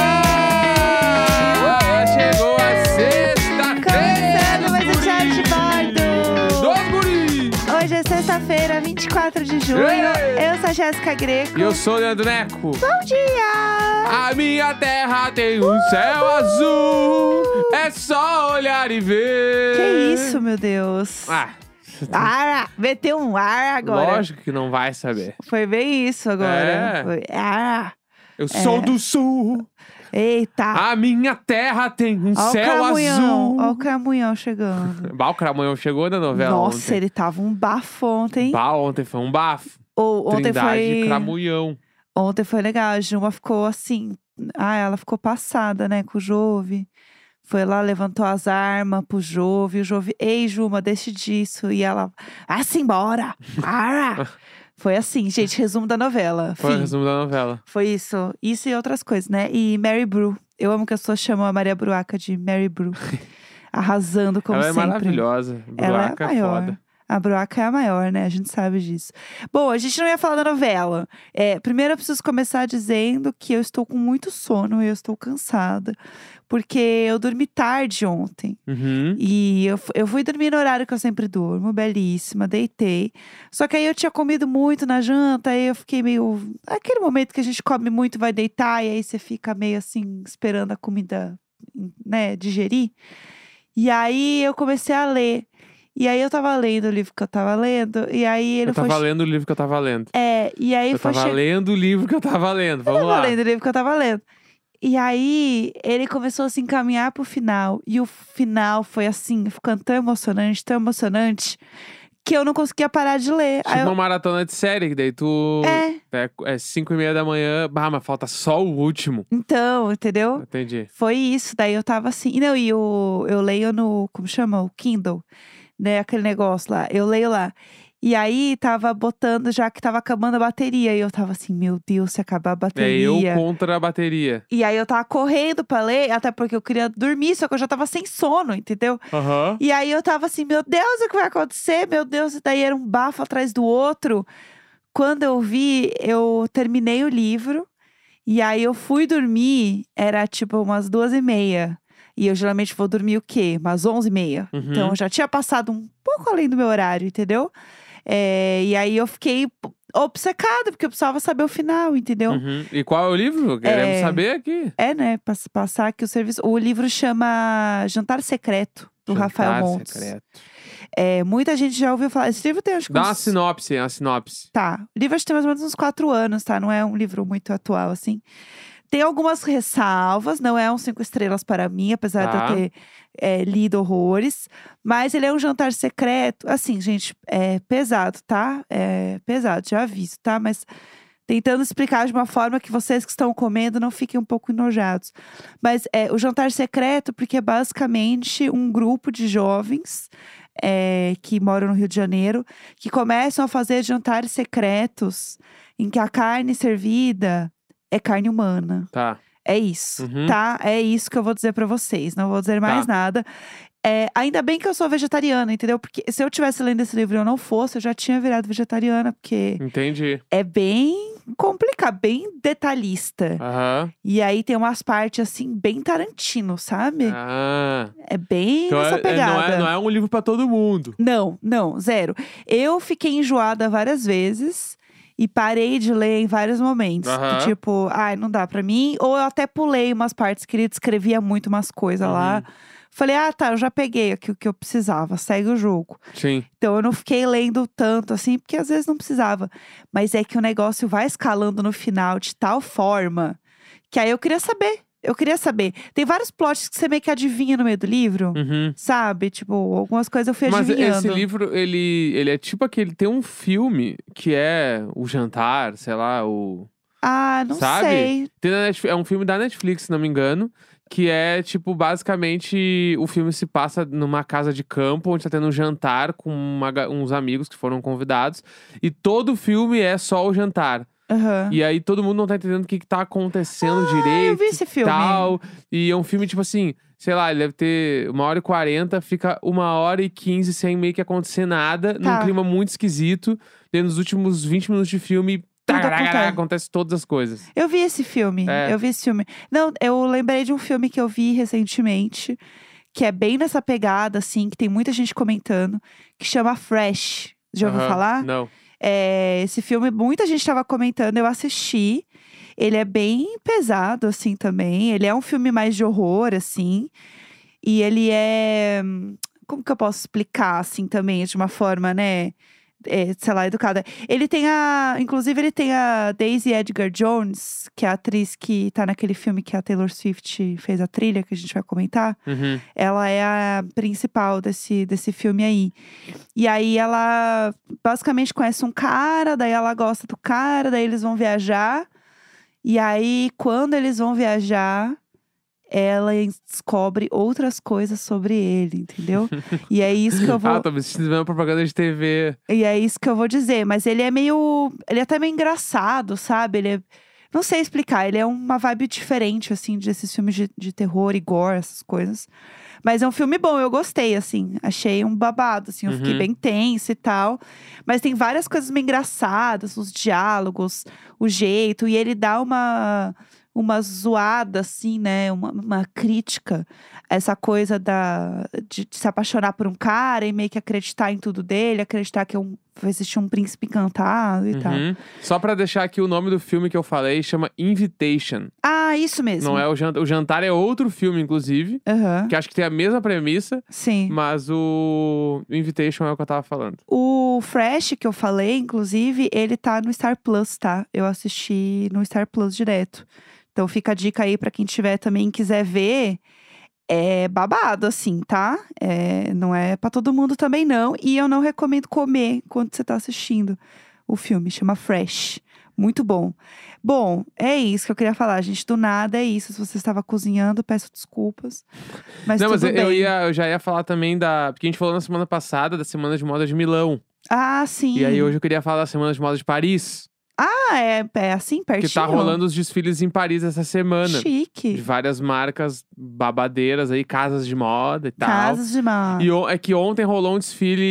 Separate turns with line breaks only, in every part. um é Quinta-feira, 24 de junho.
Ei!
Eu sou a Jéssica Greco.
E eu sou o Leandro Neco.
Bom dia!
A minha terra tem um céu azul. É só olhar e ver.
Que isso, meu Deus?
Ah,
Ara! Meteu um ar agora.
lógico que não vai saber.
Foi bem isso agora.
É.
Foi, ara! É.
Eu sou do sul.
Eita!
A minha terra tem um
Ah. Ó o
Ah, céu
Cramunhão,
azul.
Ó o Cramunhão chegando.
Bah, o Cramunhão chegou na novela
Nossa,
ontem.
ele tava um bafo ontem.
Bah, ontem foi um bafo.
Ou ontem
Trindade e
foi.
Cramunhão.
Ontem foi legal, a Gilma ficou assim. Ah, ela ficou passada, né, com o Jove. Foi lá, levantou as armas pro Jove. O Jove, ei, Juma, deixe disso. E ela, ah, simbora! Ara! foi assim, gente, resumo da novela.
Foi o
Fim.
resumo da novela.
Foi isso. Isso e outras coisas, né? E Mary Brew. Eu amo que as pessoas chamam a Maria Bruaca de Mary Brew. Arrasando como
Ela é
sempre.
maravilhosa.
Ela
Buraca
é a maior.
foda.
A broaca é a maior, né? A gente sabe disso. Bom, a gente não ia falar da novela. É, primeiro eu preciso começar dizendo que eu estou com muito sono e eu estou cansada. Porque eu dormi tarde ontem.
Uhum.
E eu, fu- eu fui dormir no horário que eu sempre durmo, belíssima, deitei. Só que aí eu tinha comido muito na janta, aí eu fiquei meio. Aquele momento que a gente come muito, vai deitar, e aí você fica meio assim, esperando a comida, né, digerir. E aí eu comecei a ler. E aí eu tava lendo o livro que eu tava lendo, e aí ele
Eu
foi.
tava lendo o livro que eu tava lendo.
É, e aí
Eu
foi
tava
chegando.
lendo o livro que eu tava lendo. Vamos
Eu
lá.
tava lendo o livro que eu tava lendo. E aí, ele começou a se encaminhar pro final. E o final foi assim, ficando tão emocionante, tão emocionante, que eu não conseguia parar de ler.
Tipo
Aí eu-
uma maratona de série, que daí tu.
É,
É, é cinco e meia da manhã. Bah, mas falta só o último.
então, entendeu?
Entendi.
Foi isso, daí eu tava assim. e Não, e eu, eu leio no. Como chama? O Kindle, né? Aquele negócio lá. Eu leio lá. E aí tava botando, já que tava acabando a bateria. E eu tava assim, meu Deus, se acabar a
É
bateria.
eu contra a bateria.
E aí eu tava correndo pra ler, até porque eu queria dormir, só que eu já tava sem sono, entendeu?
Aham.
E aí eu tava assim, meu Deus, o que vai acontecer? Meu Deus, e daí era um bafo atrás do outro. Quando eu vi, eu terminei o livro. E aí eu fui dormir, era tipo umas duas e meia. E eu geralmente vou dormir o quê? Umas onze e meia.
Uhum.
Então eu já tinha passado um pouco além do meu horário, entendeu? É, e aí eu fiquei obcecada, porque eu precisava saber o final, entendeu?
Uhum. E qual é o livro? Queremos
É.
saber aqui.
É, né? Pass- Passar aqui o serviço. O livro chama Jantar Secreto, do
Jantar
Rafael Montes.
Secreto.
É, muita gente já ouviu falar. Esse livro tem, acho que.
Dá uma
uns-
sinopse, uma sinopse.
Tá. O livro acho que tem mais ou menos uns quatro anos, tá? Não é um livro muito atual, assim. Tem algumas ressalvas, não é um cinco estrelas para mim, apesar de
Tá.
eu ter é, lido horrores. Mas ele é um jantar secreto. Assim, gente, é pesado, tá? É pesado, já aviso, tá? Mas tentando explicar de uma forma que vocês que estão comendo não fiquem um pouco enojados. Mas é o jantar secreto, porque é basicamente um grupo de jovens é, que moram no Rio de Janeiro que começam a fazer jantares secretos em que a carne servida é carne humana.
Tá.
É isso,
Uhum. Tá.
tá? É isso que eu vou dizer pra vocês. Não vou dizer mais nada. É, ainda bem que eu sou vegetariana, entendeu? Porque se eu tivesse lendo esse livro e eu não fosse, eu já tinha virado vegetariana, porque
Entendi.
é bem complicado, bem detalhista.
Aham.
E aí tem umas partes assim, bem Tarantino, sabe?
Ah.
É bem
Então é-
nessa
é-
pegada.
não, é, não é um livro pra todo mundo.
Não, não, zero. Eu fiquei enjoada várias vezes e parei de ler em vários momentos. do
Aham.
tipo, ai, não dá pra mim. Ou eu até pulei umas partes que ele descrevia muito umas coisas lá.
Uhum.
Falei, ah, tá, eu já peguei aqui o que eu precisava, segue o jogo.
Sim.
Então eu não fiquei lendo tanto assim, porque às vezes não precisava. Mas é que o negócio vai escalando no final de tal forma que aí eu queria saber. Eu queria saber. Tem vários plots que você meio que adivinha no meio do livro.
Uhum.
Sabe? Tipo, algumas coisas eu fui
Mas
adivinhando.
esse livro, ele, ele é tipo aquele. Tem um filme que é O Jantar, sei lá, o.
Ah, não
Sabe?
sei.
Tem na Netf- É um filme da Netflix, se não me engano. Que é, tipo, basicamente o filme se passa numa casa de campo onde tá tendo um jantar com uma ga- uns amigos que foram convidados. E todo o filme é só o jantar.
Aham.
E aí todo mundo não tá entendendo o que, que tá acontecendo
Ah,
direito.
eu vi esse filme.
Tal. E é um filme, tipo assim, sei lá, ele deve ter uma hora e quarenta, fica uma hora e quinze sem meio que acontecer nada,
Tá.
num clima muito esquisito. E nos últimos 20 minutos de filme,
Tudo acontece.
acontece todas as coisas.
Eu vi esse filme.
É.
Eu vi esse filme. Não, eu lembrei de um filme que eu vi recentemente, que é bem nessa pegada, assim, que tem muita gente comentando, que chama Fresh. Já ouviu
Aham.
falar?
Não.
É, esse filme, muita gente estava comentando, eu assisti. Ele é bem pesado, assim, também. Ele é um filme mais de horror, assim. E ele é. hum, Como que eu posso explicar, assim, também, de uma forma, né? É, sei lá, educada. Ele tem a. Inclusive, ele tem a Daisy Edgar Jones, que é a atriz que tá naquele filme que a Taylor Swift fez a trilha, que a gente vai comentar
Uhum.
ela é a principal desse, desse filme aí. E aí ela basicamente conhece um cara, daí ela gosta do cara, daí eles vão viajar. E aí, quando eles vão viajar, ela descobre outras coisas sobre ele, entendeu? e é isso que eu vou.
Ah, tô me sentindo vendo propaganda de TV.
E é isso que eu vou dizer. Mas ele é meio. Ele é até meio engraçado, sabe? Ele é. Não sei explicar, ele é uma vibe diferente, assim, desses filmes de, de terror e gore, essas coisas. Mas é um filme bom, eu gostei, assim. Achei um babado, assim. Eu fiquei
Uhum.
bem tensa e tal. Mas tem várias coisas meio engraçadas, os diálogos, o jeito. E ele dá uma, uma zoada, assim, né? Uma, uma crítica a essa coisa da, de, de se apaixonar por um cara e meio que acreditar em tudo dele, acreditar que é um, vai existir um príncipe encantado e tá. tal.
Uhum. Só pra deixar aqui o nome do filme que eu falei, chama Invitation.
Ah, isso mesmo.
Não é o jantar. O jantar é outro filme, inclusive,
Aham,
que acho que tem a mesma premissa,
Sim.
mas o, o Invitation é o que eu tava falando.
O Fresh que eu falei, inclusive, ele tá no Star Plus, tá? Eu assisti no Star Plus direto. Então fica a dica aí pra quem tiver também e quiser ver. É babado, assim, tá? É, não é pra todo mundo também, não. E eu não recomendo comer enquanto você tá assistindo o filme. Chama Fresh. Muito bom. Bom, é isso que eu queria falar, gente. Do nada é isso. Se você estava cozinhando, peço desculpas. Mas
Não, mas
tudo
eu- eu,
bem.
ia, eu já ia falar também da. Porque a gente falou na semana passada da Semana de Moda de Milão.
Ah, sim.
E aí hoje eu queria falar da Semana de Moda de Paris.
Ah, é, é assim, pertinho?
Que tá rolando os desfiles em Paris essa semana. De
Chique.
várias marcas babadeiras aí, casas de moda e tal.
Casas de mar.
E on- é que ontem rolou um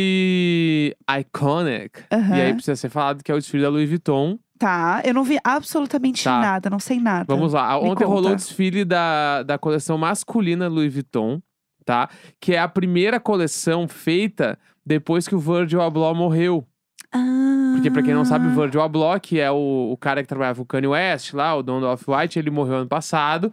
desfile iconic.
Aham.
E aí precisa ser falado que é o desfile da Louis Vuitton.
Tá, eu não vi absolutamente
Tá.
nada, não sei nada.
Vamos lá.
Me
Ontem rolou
conta.
o desfile da, da coleção masculina Louis Vuitton, tá? Que é a primeira coleção feita depois que o Virgil Abloh morreu.
Ah.
Porque, pra quem não sabe, o Virgil Abloh, que é o, o cara que trabalhava com o Kanye West lá, o dono do Off-White, ele morreu ano passado.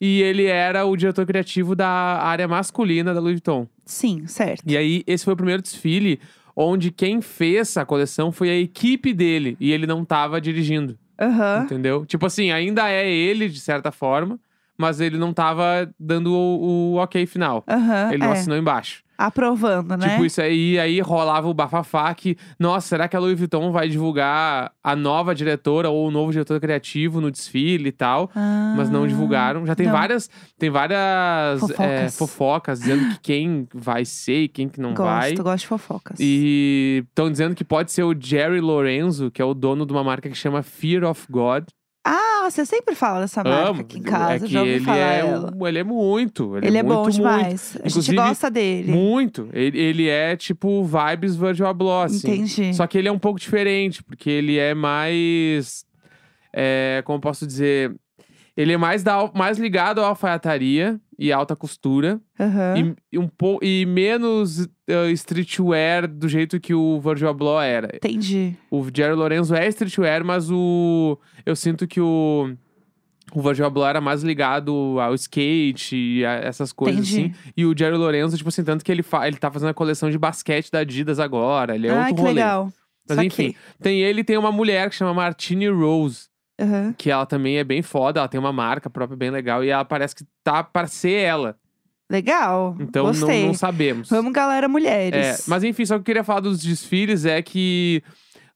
E ele era o diretor criativo da área masculina da Louis Vuitton.
Sim, certo.
E aí, esse foi o primeiro desfile onde quem fez a coleção foi a equipe dele. E ele não tava dirigindo,
Aham.
entendeu? Tipo assim, ainda é ele, de certa forma, mas ele não tava dando o, o ok final.
Aham.
Então, Ele não
é.
assinou embaixo.
Aprovando, né?
Tipo isso aí, e aí rolava o bafafá que, nossa, será que a Louis Vuitton vai divulgar a nova diretora ou o novo diretor criativo no desfile e tal?
Ah.
Mas não divulgaram. Já tem
não.
várias, tem várias é,
Fofocas.
fofocas dizendo que quem vai ser e quem que não
gosto,
vai.
gosto de fofocas.
E estão dizendo que pode ser o Jerry Lorenzo, que é o dono de uma marca que chama Fear of God.
Ah, você sempre fala dessa marca
Amo.
aqui em casa,
é que
já ouvi
ele
falar
é,
ela.
um- ele é muito. Ele,
Ele é
muito,
bom
muito,
demais. A gente
Inclusive,
gosta dele.
Muito. Ele, ele é tipo vibes Virgil Abloh, assim.
Entendi.
Só que ele é um pouco diferente, porque ele é mais. é, como posso dizer? Ele é mais, da, al- mais ligado à alfaiataria e alta costura.
Aham.
E, e um po, e menos eh, streetwear do jeito que o Virgil Abloh era.
Entendi.
O Jerry Lorenzo é streetwear, mas o. Eu sinto que o. O Virgil Abloh era mais ligado ao skate e a essas coisas
Entendi.
assim. E o Jerry Lorenzo, tipo assim, tanto que ele, fa... ele tá fazendo a coleção de basquete da Adidas agora. Ele é
ah,
outro
que
rolê.
legal.
Mas
Saquei.
enfim, tem ele e tem uma mulher que chama Martini Rose,
Aham.
que ela também é bem foda, ela tem uma marca própria bem legal e ela parece que tá para ser ela.
Legal.
Então não,
Gostei.
não sabemos.
Vamos, galera,
É,
mulheres.
mas enfim, só que eu queria falar dos desfiles é que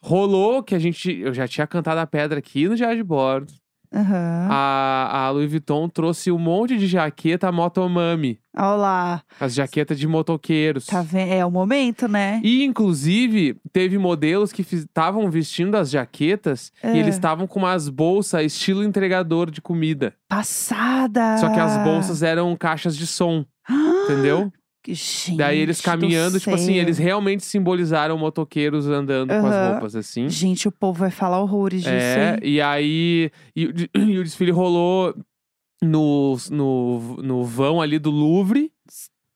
rolou que a gente. Eu já tinha cantado a pedra aqui no Diário de Bordo.
Aham. Ah.
A, a Louis Vuitton trouxe um monte de jaqueta motomami.
Olha lá.
As jaquetas de motoqueiros.
Tá vendo? É o momento, né?
E, inclusive, teve modelos que estavam vestindo as jaquetas
Ah.
e eles estavam com umas bolsas estilo entregador de comida.
Passada!
Só que as bolsas eram caixas de som, entendeu?
Que Gente
Daí eles
do
caminhando, tipo assim,
céu.
eles realmente simbolizaram motoqueiros andando com as
Aham.
roupas, assim.
Gente, o povo vai falar horrores disso,
É,
hein?
e aí. E, o de- e o desfile rolou no, no, no vão ali do Louvre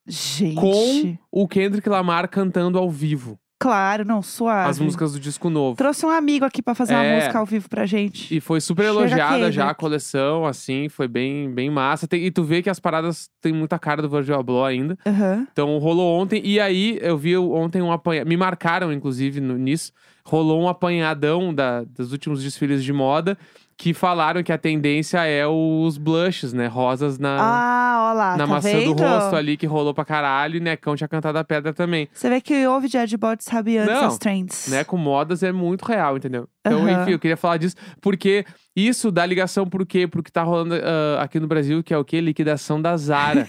Gente.
com o Kendrick Lamar cantando ao vivo.
Claro, não, suave.
as músicas do disco novo.
Trouxe um amigo aqui pra fazer uma
É.
música ao vivo pra gente.
E foi super
Chega
elogiada
Kendrick.
já a coleção, assim, foi bem, bem massa. Tem- e tu vê que as paradas têm muita cara do Virgil Abloh ainda.
Aham.
Então rolou ontem, e aí eu vi ontem um apanhado. Me marcaram, inclusive, no- nisso. Rolou um apanhadão da- dos últimos desfiles de moda que falaram que a tendência é os blushes, né? Rosas na,
Ah, ó lá,
na
tá
maçã
vendo?
do rosto ali, que rolou pra caralho, e Necão tinha cantado a pedra também.
Você vê que houve de Adbot sabe antes
Não,
as trends.
né, com modas é muito real, entendeu? Então,
Aham.
enfim, eu queria falar disso, porque isso dá ligação pro quê? Pro que tá rolando ah, aqui no Brasil, que é o quê? Liquidação da Zara.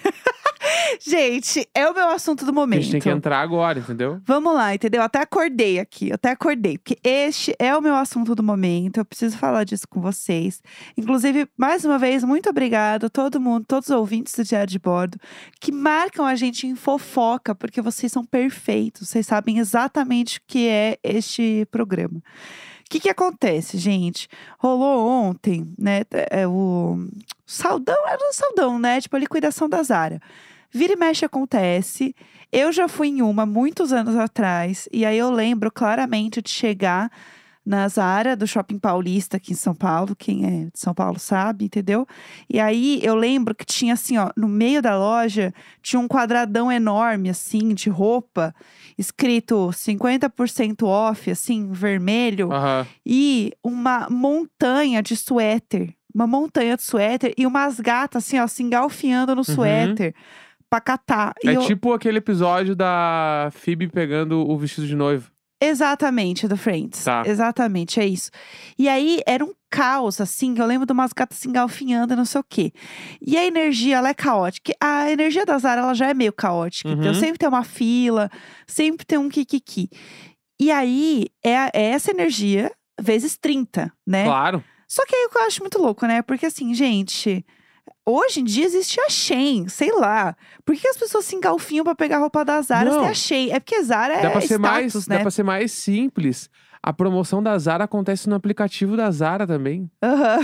Gente, é o meu assunto
que
do
a
momento.
gente tem que entrar agora, entendeu?
Vamos lá, entendeu? Até acordei aqui, eu até acordei, porque este é o meu assunto do momento. Eu preciso falar disso com vocês. Inclusive, mais uma vez, muito obrigada a todo mundo, todos os ouvintes do Diário de Bordo, que marcam a gente em fofoca, porque vocês são perfeitos, vocês sabem exatamente o que é este programa. O que, que acontece, gente? Rolou ontem, né? é, o Saudão, era um saudão, né? Tipo, a liquidação da Zara. Vira e mexe acontece. Eu já fui em uma muitos anos atrás, e aí eu lembro claramente de chegar na Zara do Shopping Paulista aqui em São Paulo, quem é de São Paulo sabe, entendeu? E aí eu lembro que tinha assim, ó, no meio da loja tinha um quadradão enorme assim de roupa, escrito 50% off assim, vermelho
Aham.
e uma montanha de suéter. Uma montanha de suéter e umas gatas, assim, ó, se engalfiando no suéter pra catar. E
Uhum. É
eu-
tipo aquele episódio da Phoebe pegando o vestido de noivo.
Exatamente, do Friends.
Tá.
Exatamente, é isso. E aí era um caos, assim, que eu lembro de umas gatas se engalfinhando, não sei o quê. E a energia, ela é caótica. A energia da Zara, ela já é meio caótica. Então
Uhum.
sempre tem uma fila, sempre tem um kikiki. E aí é, a- é essa energia vezes 30, né?
Claro.
Só que aí o que eu acho muito louco, né? Porque assim, gente, hoje em dia existe a Shein, sei lá. Por que as pessoas se engalfinham pra pegar a roupa da Zara se
Não.
tem a Shein? É porque Zara
dá
é
pra ser mais,
status, né?
dá pra ser mais simples. A promoção da Zara acontece no aplicativo da Zara também.
Aham.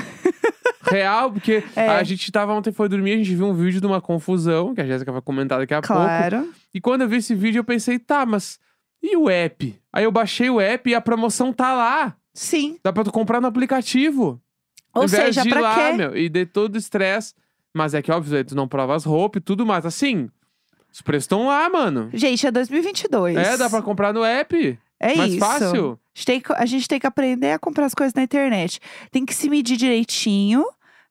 Real, porque
É.
a gente tava ontem foi dormir, a gente viu um vídeo de uma confusão, que a Jéssica vai comentar daqui a pouco.
Claro.
E quando eu vi esse vídeo, eu pensei, tá, mas e o app? Aí eu baixei o app e a promoção tá lá.
Sim.
Dá pra tu comprar no aplicativo.
Ou
Ao invés
seja,
de ir
pra
lá,
quê?
meu, e de todo o estresse. Mas é que, óbvio, aí tu não prova as roupas e tudo mais. Assim, os preços estão lá, mano.
Gente, é 2022.
É, dá pra comprar no app.
É
mais
isso.
fácil.
A gente, tem que, a gente tem que aprender a comprar as coisas na internet. Tem que se medir direitinho,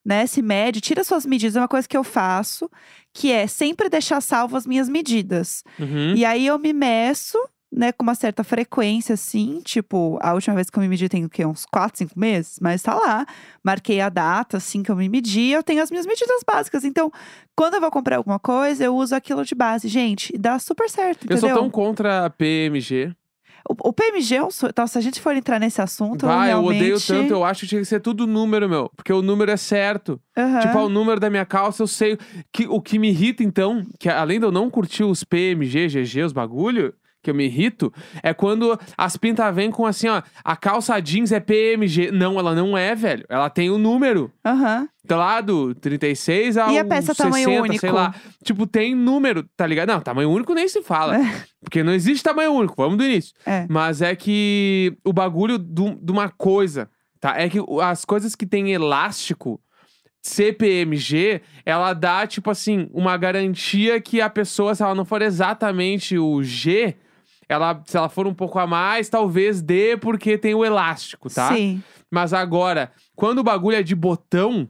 né? Se mede, tira suas medidas. É uma coisa que eu faço, que é sempre deixar salvo as minhas medidas.
Uhum.
E aí eu me meço, né, com uma certa frequência, assim. Tipo, a última vez que eu me medi tem o quê? Uns 4, 5 meses? Mas tá lá. Marquei a data, assim, que eu me medi. Eu tenho as minhas medidas básicas. Então, quando eu vou comprar alguma coisa, eu uso aquilo de base. Gente, e dá super certo,
eu
entendeu?
sou tão contra a PMG.
O, o PMG, é um su- então, se a gente for entrar nesse assunto,
Vai, eu
realmente...
odeio tanto. Eu acho que tinha que ser tudo número, meu. Porque o número é certo.
Aham.
Tipo, ah, o número da minha calça, eu sei. Que, o que me irrita, então, que além de eu não curtir os PMG, GG, os bagulho, que eu me irrito, é quando as pintas vêm com assim, ó, a calça jeans é PMG. Não, ela não é, velho. Ela tem o número.
Aham.
Tá lá do 36 ao
E a peça é
60,
tamanho único?
sei lá. Tipo, tem número, tá ligado? Não, tamanho único nem se fala. porque não existe tamanho único, vamos do início.
É.
Mas é que o bagulho do- de uma coisa, tá? É que o- as coisas que tem elástico, CPMG, ela dá, tipo assim, uma garantia que a pessoa, se ela não for exatamente o G, ela, se ela for um pouco a mais, talvez dê porque tem o elástico, tá?
Sim.
Mas agora, quando o bagulho é de botão,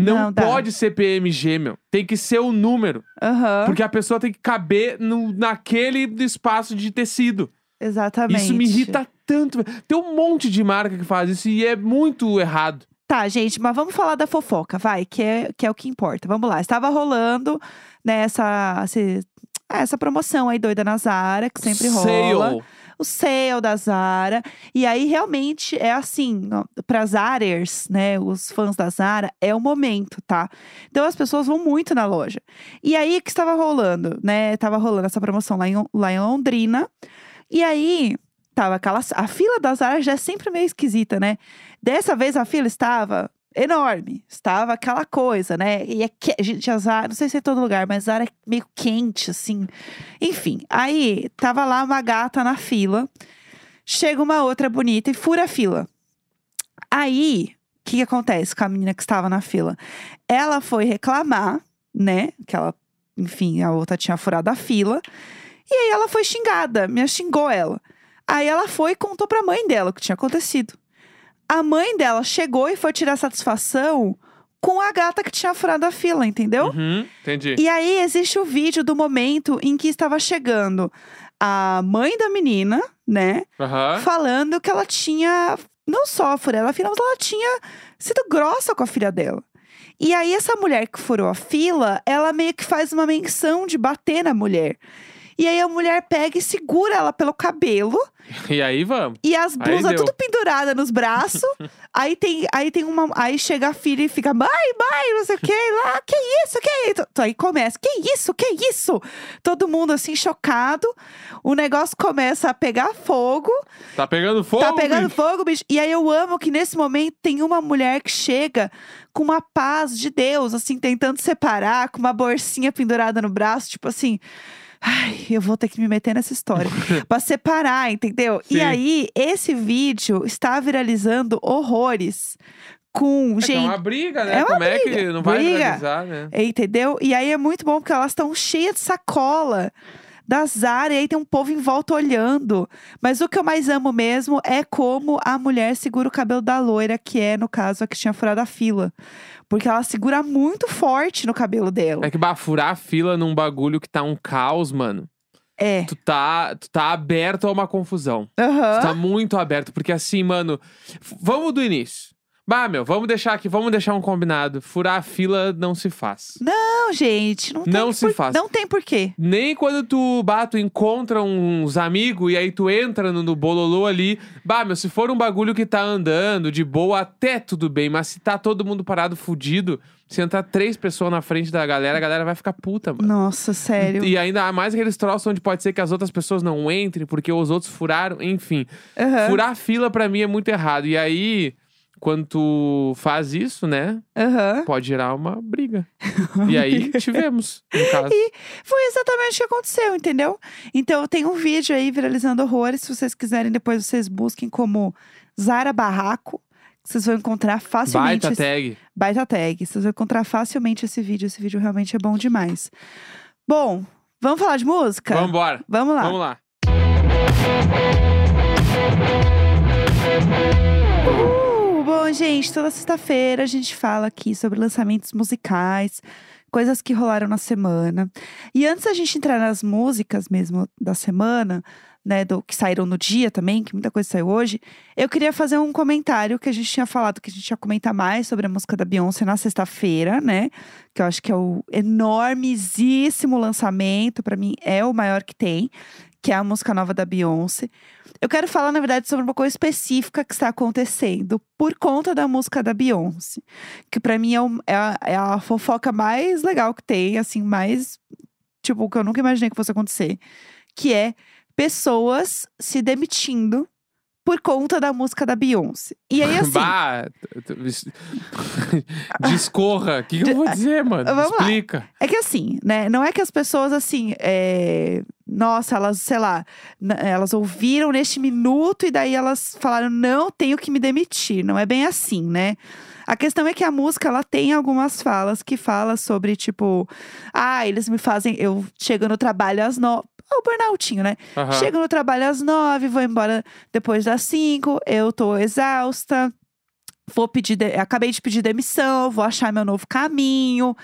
não,
Não dá.
pode ser PMG, meu. Tem que ser o número.
Aham.
Porque a pessoa tem que caber no, naquele espaço de tecido.
Exatamente.
Isso me irrita tanto. velho. Tem um monte de marca que faz isso e é muito errado.
Tá, gente, mas vamos falar da fofoca, vai, que é, que é o que importa. Vamos lá. Estava rolando né, essa, esse- ah, essa promoção aí doida na Zara, que sempre
Sale.
rola. O sale da Zara. E aí, realmente, é assim, ó, pra Zarers, né, os fãs da Zara, é o momento, tá? Então, as pessoas vão muito na loja. E aí, o que estava rolando, né? Tava rolando essa promoção lá em, lá em Londrina. E aí, tava aquela... A fila da Zara já é sempre meio esquisita, né? Dessa vez, a fila estava enorme. Estava aquela coisa, né? E é que, gente, a Zara, não sei se é em todo lugar, mas a Zara é meio quente, assim. Enfim, aí tava lá uma gata na fila. Chega uma outra bonita e fura a fila. Aí, o que, que acontece com a menina que estava na fila? Ela foi reclamar, né? Que ela, enfim, a outra tinha furado a fila. E aí ela foi xingada, me xingou ela. Aí ela foi e contou pra mãe dela o que tinha acontecido. A mãe dela chegou e foi tirar satisfação com a gata que tinha furado a fila, entendeu?
Uhum, entendi.
E aí existe o vídeo do momento em que estava chegando a mãe da menina, né?
Aham.
Falando que ela tinha não só furado a fila, mas ela tinha sido grossa com a filha dela. E aí essa mulher que furou a fila, ela meio que faz uma menção de bater na mulher. E aí a mulher pega e segura ela pelo cabelo
E aí vamos.
e as
Aí
blusas
deu.
tudo pendurada nos braços. aí tem, aí tem uma, aí chega a filha e fica: "Mãe, mãe, não sei o que lá, que isso? Que isso?" Então, Aí começa: "Que isso? Que isso?" Todo mundo assim chocado. O negócio começa a pegar fogo.
Tá pegando fogo?
Tá pegando
bicho?
fogo, bicho. E aí eu amo que nesse momento tem uma mulher que chega com uma paz de Deus, assim, tentando separar, com uma bolsinha pendurada no braço, tipo assim. Ai, eu vou ter que me meter nessa história. pra separar, entendeu?
Sim.
E aí, esse vídeo está viralizando horrores. Com,
É que é
gente,
uma briga, né?
é uma
Como é que
briga.
não vai
Briga.
viralizar, né?
Entendeu? E aí é muito bom porque elas estão cheias de sacola da Zara, e aí tem um povo em volta olhando. Mas o que eu mais amo mesmo é como a mulher segura o cabelo da loira, que é, no caso, a que tinha furado a fila. Porque ela segura muito forte no cabelo dela.
É que bafurar a fila num bagulho que tá um caos, mano.
É.
Tu tá, tu tá aberto a uma confusão.
Aham.
Tu tá muito aberto, porque assim, mano, f- vamos do início. Bah, meu, vamos deixar aqui, vamos deixar um combinado. Furar a fila não se faz.
Não, gente, não,
Não
tem
se
por-
faz.
Não tem porquê.
Nem quando tu, bah, tu encontra uns amigos e aí tu entra no, no bololô ali. Bah, meu, se for um bagulho que tá andando de boa, até tudo bem. Mas se tá todo mundo parado, fudido, se entrar três pessoas na frente da galera, a galera vai ficar puta, mano.
Nossa, sério.
E ainda mais aqueles troços onde pode ser que as outras pessoas não entrem porque os outros furaram, enfim.
Aham.
Furar a fila pra mim é muito errado. E aí, quando tu faz isso, né,
Aham.
pode gerar uma briga. e aí tivemos, no caso.
Foi exatamente o que aconteceu, entendeu? Então tem um vídeo aí viralizando horrores. Se vocês quiserem, depois vocês busquem como Zara Barraco. que Vocês vão encontrar
Baita
facilmente. esse...
tag.
Baita tag. Vocês vão encontrar facilmente esse vídeo. Esse vídeo realmente é bom demais. Bom, vamos falar de música?
Vambora.
Vamos lá.
Vamos lá.
Uhul! Uh, Bom, gente, toda sexta-feira a gente fala aqui sobre lançamentos musicais, coisas que rolaram na semana. E antes da gente entrar nas músicas mesmo da semana, né, do que saíram no dia também, que muita coisa saiu hoje, eu queria fazer um comentário que a gente tinha falado que a gente ia comentar mais sobre a música da Beyoncé na sexta-feira, né? Que eu acho que é o enormesíssimo lançamento, pra mim é o maior que tem, que é a música nova da Beyoncé. Eu quero falar, na verdade, sobre uma coisa específica que está acontecendo por conta da música da Beyoncé. Que pra mim é, um- é a, é a fofoca mais legal que tem, assim, mais. Tipo, que eu nunca imaginei que fosse acontecer. Que é pessoas se demitindo por conta da música da Beyoncé. E aí, assim.
Bah, t- t- es- Discorra. O que, que eu vou dizer, mano?
Vamos lá.
Explica.
É que assim, né? Não é que as pessoas assim, é, nossa, elas, sei lá, n- elas ouviram neste minuto e daí elas falaram não tenho que me demitir. Não é bem assim, né? A questão é que a música ela tem algumas falas que fala sobre tipo, ah, eles me fazem, eu chego no trabalho às nove, o burnoutinho, né?
Aham.
Chego no trabalho às nove, vou embora depois das cinco, eu tô exausta. Vou pedir, de- acabei de pedir demissão, vou achar meu novo caminho.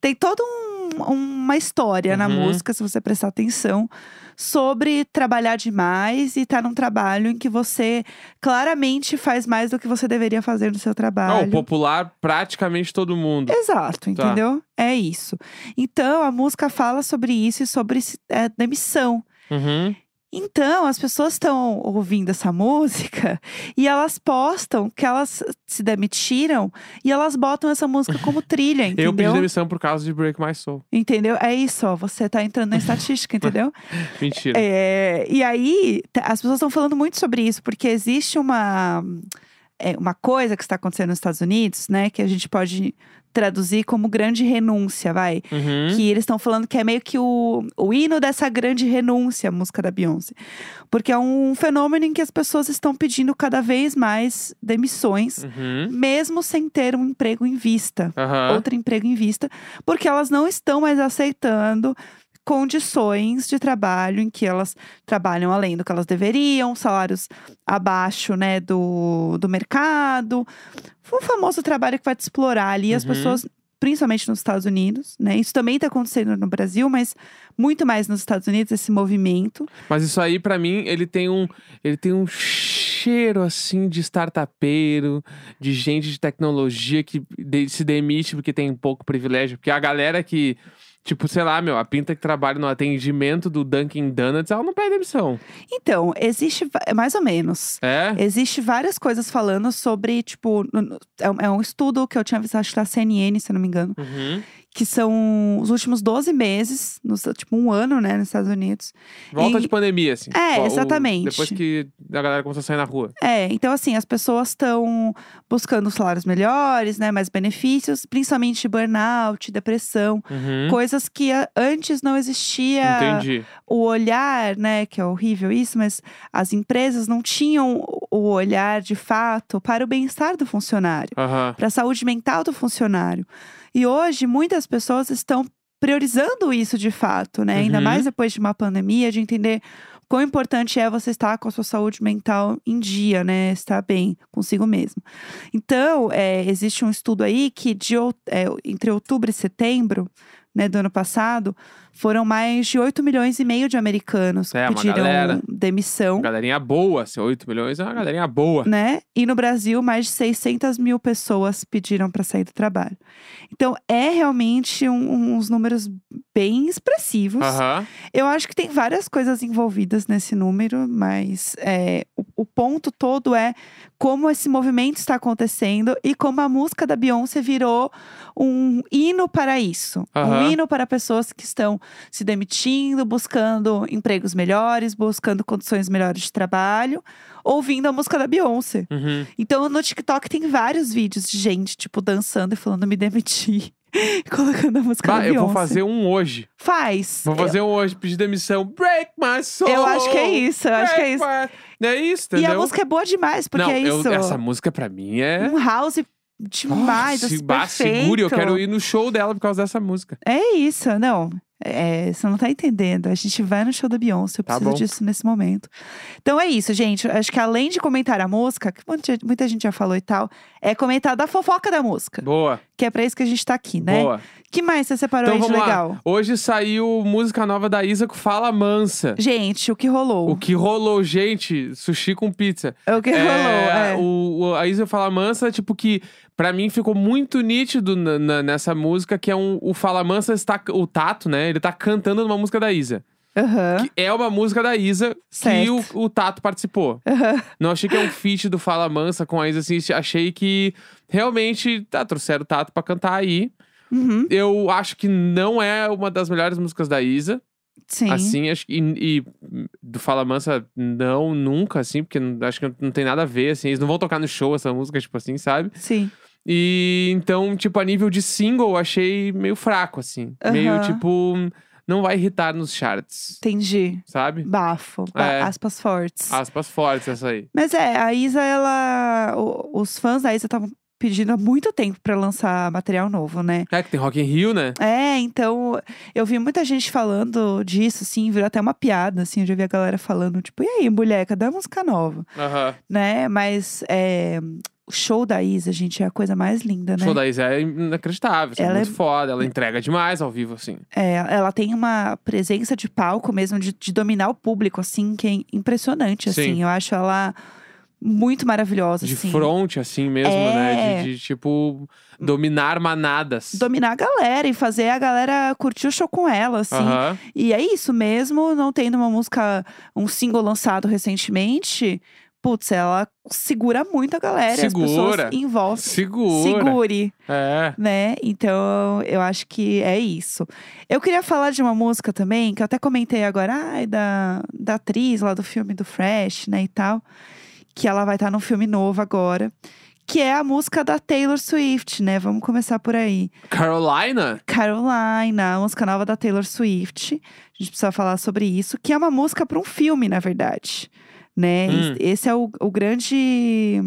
Tem toda um- uma história na
Uhum.
música, se você prestar atenção, sobre trabalhar demais e estar num trabalho em que você claramente faz mais do que você deveria fazer no seu
Ah,
trabalho.
o popular, praticamente todo mundo.
Exato,
Tá.
entendeu? É isso. Então, a música fala sobre isso e sobre esse- é, demissão.
Uhum.
Então, as pessoas estão ouvindo essa música e elas postam que elas se demitiram e elas botam essa música como trilha, entendeu?
Eu pedi demissão por causa de Break My Soul.
Entendeu? É isso, ó, você tá entrando na estatística, entendeu?
Mentira.
É, e aí, t- as pessoas estão falando muito sobre isso, porque existe uma. é, uma coisa que está acontecendo nos Estados Unidos, né? Que a gente pode traduzir como grande renúncia, vai.
Uhum.
Que eles estão falando que é meio que o, o hino dessa grande renúncia, a música da Beyoncé. Porque é um fenômeno em que as pessoas estão pedindo cada vez mais demissões,
Uhum.
mesmo sem ter um emprego em vista,
Aham.
outro emprego em vista, porque elas não estão mais aceitando condições de trabalho em que elas trabalham além do que elas deveriam, salários abaixo, né, do, do mercado. Foi o famoso trabalho que vai te explorar ali as
Uhum.
pessoas, principalmente nos Estados Unidos, né? Isso também está acontecendo no Brasil, mas muito mais nos Estados Unidos esse movimento.
Mas isso aí, pra mim, ele tem um. Ele tem um cheiro assim de startupeiro, de gente de tecnologia que de- se demite porque tem pouco privilégio. Porque a galera que. Tipo, sei lá, meu, a pinta que trabalha no atendimento do Dunkin' Donuts, ela não pede demissão.
Então, existe va- é mais ou menos.
É?
Existe várias coisas falando sobre, tipo, no- no- é um- é um estudo que eu tinha visto, acho que da CNN, se eu não me engano,
Uhum.
que são os últimos 12 meses, nos- tipo um ano, né, nos Estados Unidos.
Volta
E-
de pandemia, assim.
É,
Tipo, o-
exatamente.
Depois que a galera começou a sair na rua.
É, então assim, as pessoas estão buscando salários melhores, né, mais benefícios, principalmente burnout, depressão,
Uhum.
coisas que a- antes não existia
Entendi.
o olhar, né, que é horrível isso, mas as empresas não tinham o- o olhar de fato para o bem-estar do funcionário.
Aham.
para a saúde mental do funcionário. E hoje, muitas pessoas estão priorizando isso de fato, né? Ainda
Uhum.
mais depois de uma pandemia, de entender quão importante é você estar com a sua saúde mental em dia, né? Estar bem consigo mesmo. Então, é, existe um estudo aí que de out- é, entre outubro e setembro né, do ano passado, foram mais de 8 milhões e meio de americanos
É,
que
uma
pediram
galera.
demissão
Galerinha boa, assim, 8 milhões é uma galerinha boa.
né? E no Brasil, mais de 600 mil pessoas pediram para sair do trabalho. Então, é realmente um- uns números bem expressivos.
Aham.
Eu acho que tem várias coisas envolvidas nesse número, mas é, o, o ponto todo é como esse movimento está acontecendo e como a música da Beyoncé virou um hino para isso. Um
Aham.
hino para pessoas que estão se demitindo, buscando empregos melhores, buscando condições melhores de trabalho, ouvindo a música da Beyoncé.
Uhum.
Então no TikTok tem vários vídeos de gente, tipo, dançando e falando me demiti. Colocando a música
Bah,
da
eu
Beyoncé.
vou fazer um hoje.
Faz.
Vou fazer um hoje, pedir demissão. Break my soul!
Eu acho que é isso, eu acho que é isso.
Break my- Não é isso,
E
entendeu?
a música é boa demais, porque
Não,
é
eu-
isso.
essa música pra mim é...
Um house demais,
Nossa,
assim,
bah,
perfeito.
segure, eu quero ir no show dela por causa dessa música.
É isso, não. É, você não tá entendendo. A gente vai no show da Beyoncé, eu
Tá
preciso
bom.
disso nesse momento. Então é isso, gente. Acho que além de comentar a música, que muita, muita gente já falou e tal, é comentar da fofoca da música.
Boa,
Que é pra isso que a gente tá aqui, né?
boa.
que mais você separou
Então
aí de
vamos lá.
legal?
Hoje saiu música nova da Isa com Fala Mansa.
Gente, o que rolou?
O que rolou, gente? Sushi com pizza.
É O que, rolou?
É,
é.
o- o- a Isa Fala Mansa, tipo que, pra mim ficou muito nítido na- na- nessa música, que é um, o Fala Mansa está, o Tato, né? Ele tá cantando numa música da Isa.
Aham.
Que é uma música da Isa que
Certo.
o, o Tato participou.
Aham.
Não achei que é um feat do Fala Mansa com a Isa, assim, achei que realmente, tá, trouxeram o Tato pra cantar aí.
Uhum,
Eu acho que não é uma das melhores músicas da Isa.
Sim.
Assim, acho que. E, e do Fala Mansa, não, nunca, assim, porque não- acho que não tem nada a ver, assim. Eles não vão tocar no show essa música, tipo assim, sabe?
Sim.
E então, tipo, a nível de single, eu achei meio fraco, assim. Meio
Aham.
tipo. Não vai irritar nos charts,
Entendi.
sabe?
Bafo. ba-
É.
Aspas fortes.
Aspas fortes essa aí.
Mas é, a Isa, ela. o- os fãs da Isa estavam pedindo há muito tempo pra lançar material novo, né?
É que tem Rock in Rio, né?
É, então eu vi muita gente falando disso, assim, virou até uma piada, assim, eu já vi a galera falando, tipo, e aí, mulher, cadê a música nova?
Aham.
Né? Mas é, o show da Isa, gente, é a coisa mais linda,
O
né?
show da Isa é inacreditável, assim,
Ela
muito
é-
foda. Ela entrega demais ao vivo, assim.
É, ela tem uma presença de palco mesmo, de, de dominar o público, assim, que é impressionante, assim.
Sim.
Eu acho ela muito maravilhosa,
De
assim.
fronte, assim mesmo,
É.
né? De, de, tipo, dominar manadas.
Dominar a galera e fazer a galera curtir o show com ela, assim.
Aham.
E é isso mesmo, não tendo uma música, um single lançado recentemente. Putz, ela segura muito a galera. e As
Segura.
pessoas envolvem.
Segura.
Segure,
É.
né? Então, eu acho que é isso. Eu queria falar de uma música também, que eu até comentei agora, ai, da, da atriz lá do filme do Fresh, né, e tal. que ela vai estar num filme novo agora, que é a música da Taylor Swift, né? Vamos começar por aí.
Carolina?
Carolina, a música nova da Taylor Swift. A gente precisa falar sobre isso, que é uma música para um filme, na verdade. Né?
Hum.
Es- Esse é o, o grande.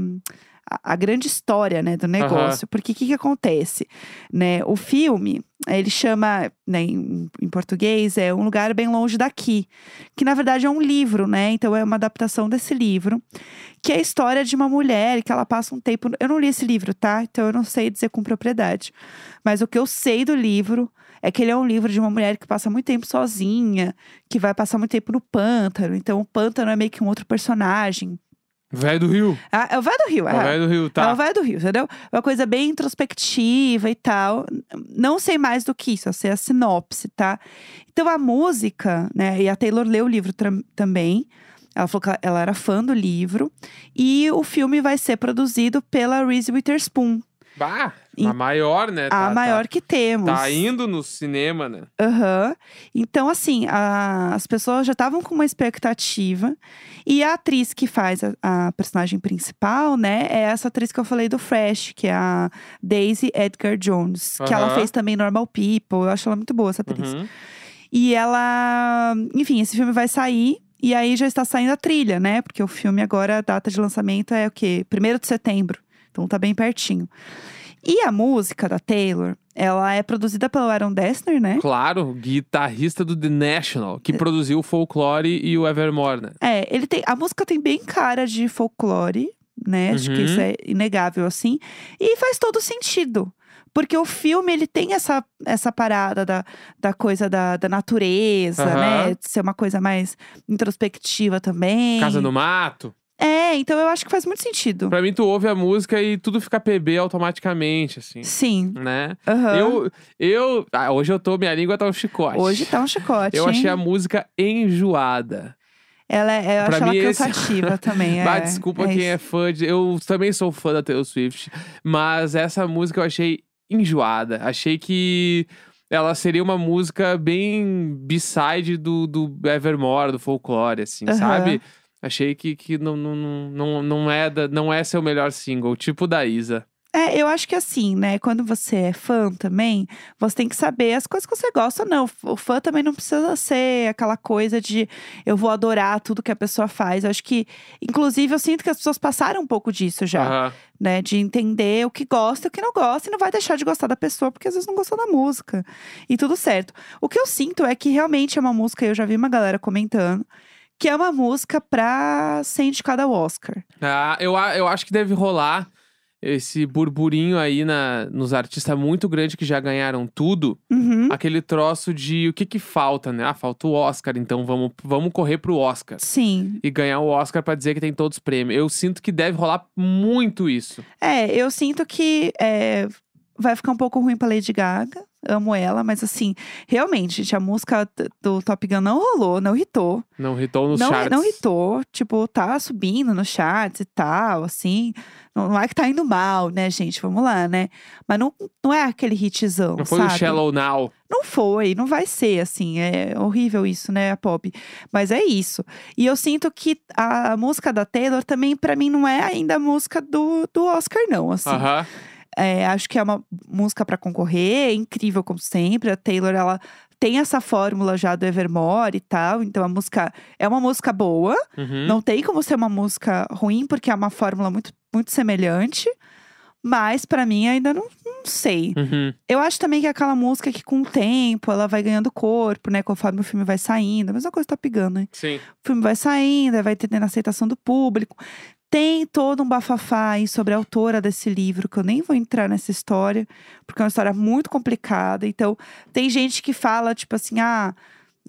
A, a grande história, né, do negócio. Porque o que, que acontece? Né, o filme, eh, ele chama, né, em, em português, é Um Lugar Bem Longe Daqui. Que, na verdade, é um livro, né? Então, é uma adaptação desse livro. Que é a história de uma mulher que ela passa um tempo... Eu não li esse livro, tá? Então, eu não sei dizer com propriedade. Mas o que eu sei do livro é que ele é um livro de uma mulher que passa muito tempo sozinha, que vai passar muito tempo no pântano. Então, o pântano é meio que um outro personagem.
Velho do Rio.
Ah, é o Vai do Rio,
É
é.
o velho do Rio,
É o
tá.
Vai do Rio, entendeu? É Uma coisa bem introspectiva e tal. Não sei mais do que isso, eu sei a sinopse, tá? Então, a música, né? E a Taylor leu o livro tram- também. Ela falou que ela- ela era fã do livro. E o filme vai ser produzido pela Reese Witherspoon,
Bah,
E-
a maior, né? tá-
a
tá-
maior que temos.
Tá indo no cinema, né?
Aham. Então, assim, a- as pessoas já estavam com uma expectativa. E a atriz que faz a, a personagem principal, né, é essa atriz que eu falei do Fresh, que é a Daisy Edgar Jones, que ela
Aham.
fez também Normal People. Eu acho ela muito boa, essa atriz.
Uhum.
E ela. Enfim, esse filme vai sair. E aí já está saindo a trilha, né? Porque o filme agora, a data de lançamento é o quê? 1 de setembro. Então tá bem pertinho. E a música da Taylor, ela é produzida pelo Aaron Dessner, né?
Claro, guitarrista do The National, que produziu o Folklore e o Evermore, né?
É, ele tem. A música tem bem cara de folclore, né? Acho que
Uhum.
isso é inegável, assim. E faz todo sentido. Porque o filme, ele tem essa, essa parada da, da coisa da, da natureza,
Aham.
né? De ser uma coisa mais introspectiva também.
Casa no Mato.
É, então eu acho que faz muito sentido.
Pra mim, tu ouve a música e tudo fica PB automaticamente, assim,
Sim.
né?
aham.
Eu, eu, ah, hoje eu tô, minha língua tá um chicote.
Hoje tá um chicote.
Eu achei a
hein?
música enjoada.
Ela, é- eu
Pra
acho ela
mim, esse-
cansativa também.
Bah,
é,
desculpa
é
quem
isso.
é fã de. Eu também sou fã da Taylor Swift, mas essa música eu achei enjoada. Achei que ela seria uma música bem b-side do, do Evermore, do folclore, assim,
Aham.
sabe? Achei que, que não, não, não- não, não, é da, não é seu melhor single, tipo da Isa.
É, eu acho que assim, né? Quando você é fã também, você tem que saber as coisas que você gosta, ou não. O fã também não precisa ser aquela coisa de eu vou adorar tudo que a pessoa faz. Eu acho que, inclusive, eu sinto que as pessoas passaram um pouco disso já,
Aham.
né? De entender o que gosta e o que não gosta, e não vai deixar de gostar da pessoa, porque às vezes não gostou da música. E tudo certo. O que eu sinto é que realmente é uma música, eu já vi uma galera comentando, que é uma música pra ser indicada ao Oscar.
Ah, eu, a- eu acho que deve rolar esse burburinho aí na, nos artistas muito grande que já ganharam tudo.
Uhum.
Aquele troço de o que que falta, né? Ah, falta o Oscar, então vamos, vamos correr pro Oscar.
Sim,
E ganhar o Oscar pra dizer que tem todos os prêmios. Eu sinto que deve rolar muito isso.
É, eu sinto que é, vai ficar um pouco ruim pra Lady Gaga. Amo ela, mas assim, realmente, gente, a música d- do Top Gun não rolou, não hitou.
Não hitou nos
Não,
charts.
não hitou, tipo, tá subindo nos charts e tal, assim. Não, não é que tá indo mal, né, gente? Vamos lá, né? Mas não, não é aquele hitzão,
Não foi
sabe?
o Shallow Now.
Não foi, não vai ser, assim. É horrível isso, né, a pop. Mas é isso. E eu sinto que a, a música da Taylor também, pra mim, não é ainda a música do, do Oscar, não, assim.
Aham.
É, acho que é uma música pra concorrer, é incrível como sempre. A Taylor, ela tem essa fórmula já do Evermore e tal, então a música é uma música boa,
Uhum.
não tem como ser uma música ruim, porque é uma fórmula muito, muito semelhante, mas pra mim ainda não, não sei.
Uhum.
Eu acho também que é aquela música que com o tempo ela vai ganhando corpo, né, conforme o filme vai saindo, a mesma coisa tá pegando, né?
Sim.
O filme vai saindo, aí vai tendo a aceitação do público. Tem todo um bafafá aí sobre a autora desse livro, que eu nem vou entrar nessa história, porque é uma história muito complicada. Então, tem gente que fala, tipo assim, ah,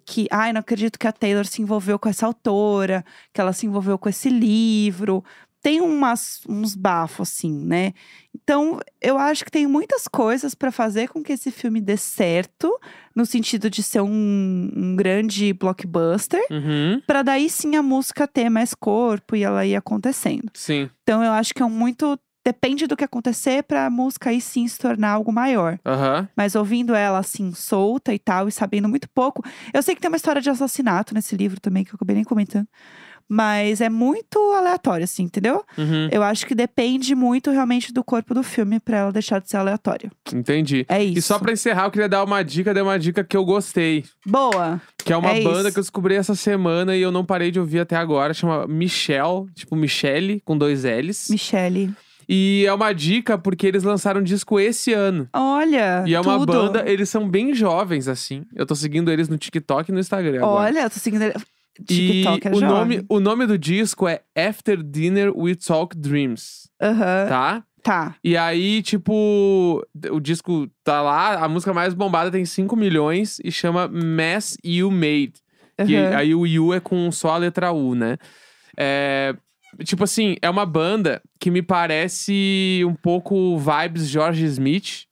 que, ai, não acredito que a Taylor se envolveu com essa autora, que ela se envolveu com esse livro. Tem umas, uns bafos, assim, né? Então, eu acho que tem muitas coisas pra fazer com que esse filme dê certo, no sentido de ser um- um grande blockbuster.
Uhum.
Pra daí sim a música ter mais corpo e ela ir acontecendo.
Sim.
Então eu acho que é um muito depende do que acontecer pra a música aí sim se tornar algo maior.
Aham.
Mas ouvindo ela assim solta e tal e sabendo muito pouco, eu sei que tem uma história de assassinato nesse livro também que eu acabei nem comentando. Mas é muito aleatório, assim, entendeu?
Uhum,
Eu acho que depende muito realmente do corpo do filme pra ela deixar de ser aleatório.
entendi.
É isso.
E só pra encerrar, eu queria dar uma dica, dei uma dica que eu gostei.
Boa.
Que é uma
É
banda
isso.
que eu descobri essa semana e eu não parei de ouvir até agora. Chama Michelle, tipo Michelle, com dois L's.
Michele.
E é uma dica porque eles lançaram um disco esse ano.
Olha.
E é uma
Ah, tudo.
banda, eles são bem jovens, assim. Eu tô seguindo eles no TikTok e no Instagram. agora.
Olha, eu tô seguindo ele.
E
TikTok é
o
jovem.
nome, o nome do disco é After Dinner We Talk Dreams,
Aham.
tá?
Tá.
E aí, tipo, o disco tá lá, a música mais bombada tem 5 milhões e chama Mess You Made. Que
Aham.
aí o U é com só a letra U, né? É, tipo assim, é uma banda que me parece um pouco vibes George Smith,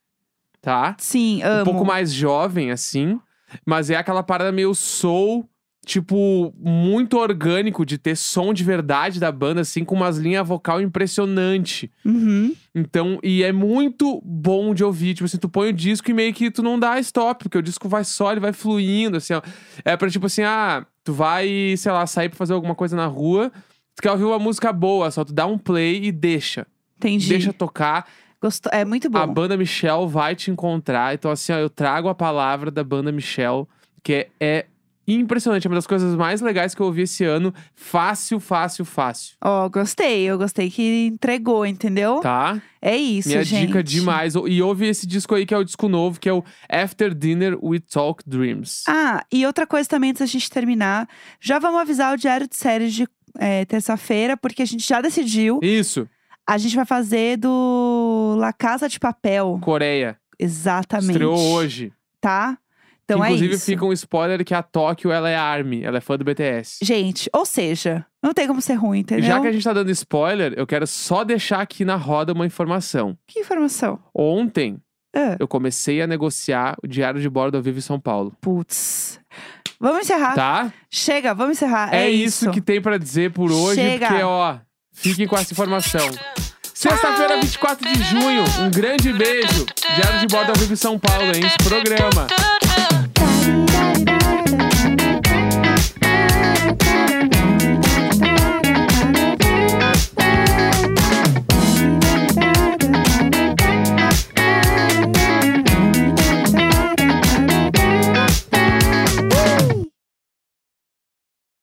tá?
Sim, amo.
Um pouco mais jovem, assim. Mas é aquela parada meio soul, tipo, muito orgânico de ter som de verdade da banda, assim, com umas linhas vocal impressionante.
Uhum.
Então, e é muito bom de ouvir. Tipo assim, tu põe o disco e meio que tu não dá stop, porque o disco vai só, ele vai fluindo, assim, ó. É pra tipo assim, ah, tu vai, sei lá, sair pra fazer alguma coisa na rua, tu quer ouvir uma música boa, só tu dá um play e deixa.
Entendi.
Deixa tocar.
Gostou. É muito bom.
A banda Michel vai te encontrar. Então, assim, ó, eu trago a palavra da banda Michel, que é, é impressionante. É uma das coisas mais legais que eu ouvi esse ano. Fácil, fácil, fácil.
Ó, gostei. Eu gostei que entregou, entendeu?
Tá?
É isso,
Minha
gente.
dica demais. E ouve esse disco aí que é o disco novo, que é o After Dinner We Talk Dreams.
Ah, e outra coisa também, antes da gente terminar. Já vamos avisar o Diário de Séries de é, terça-feira, porque a gente já decidiu.
Isso,
A gente vai fazer do La Casa de Papel.
Coreia.
Exatamente.
Estreou hoje.
Tá? Então
Inclusive,
é isso.
fica um spoiler que a Tóquio ela é Army, ela é fã do BTS.
Gente, ou seja, não tem como ser ruim,
E
entendeu?
Já que a gente tá dando spoiler, eu quero só deixar aqui na roda uma informação.
Que informação?
Ontem,
Ah,
eu comecei a negociar o diário de bordo ao vivo em São Paulo.
putz. Vamos encerrar.
Tá?
Chega, vamos encerrar.
É,
É,
isso que tem pra dizer por hoje,
Chega.
porque, ó, fiquem com essa informação. Sexta-feira, 24 de junho. Um grande beijo. Diário de Bordo ao Vivo em São Paulo, hein? Esse programa.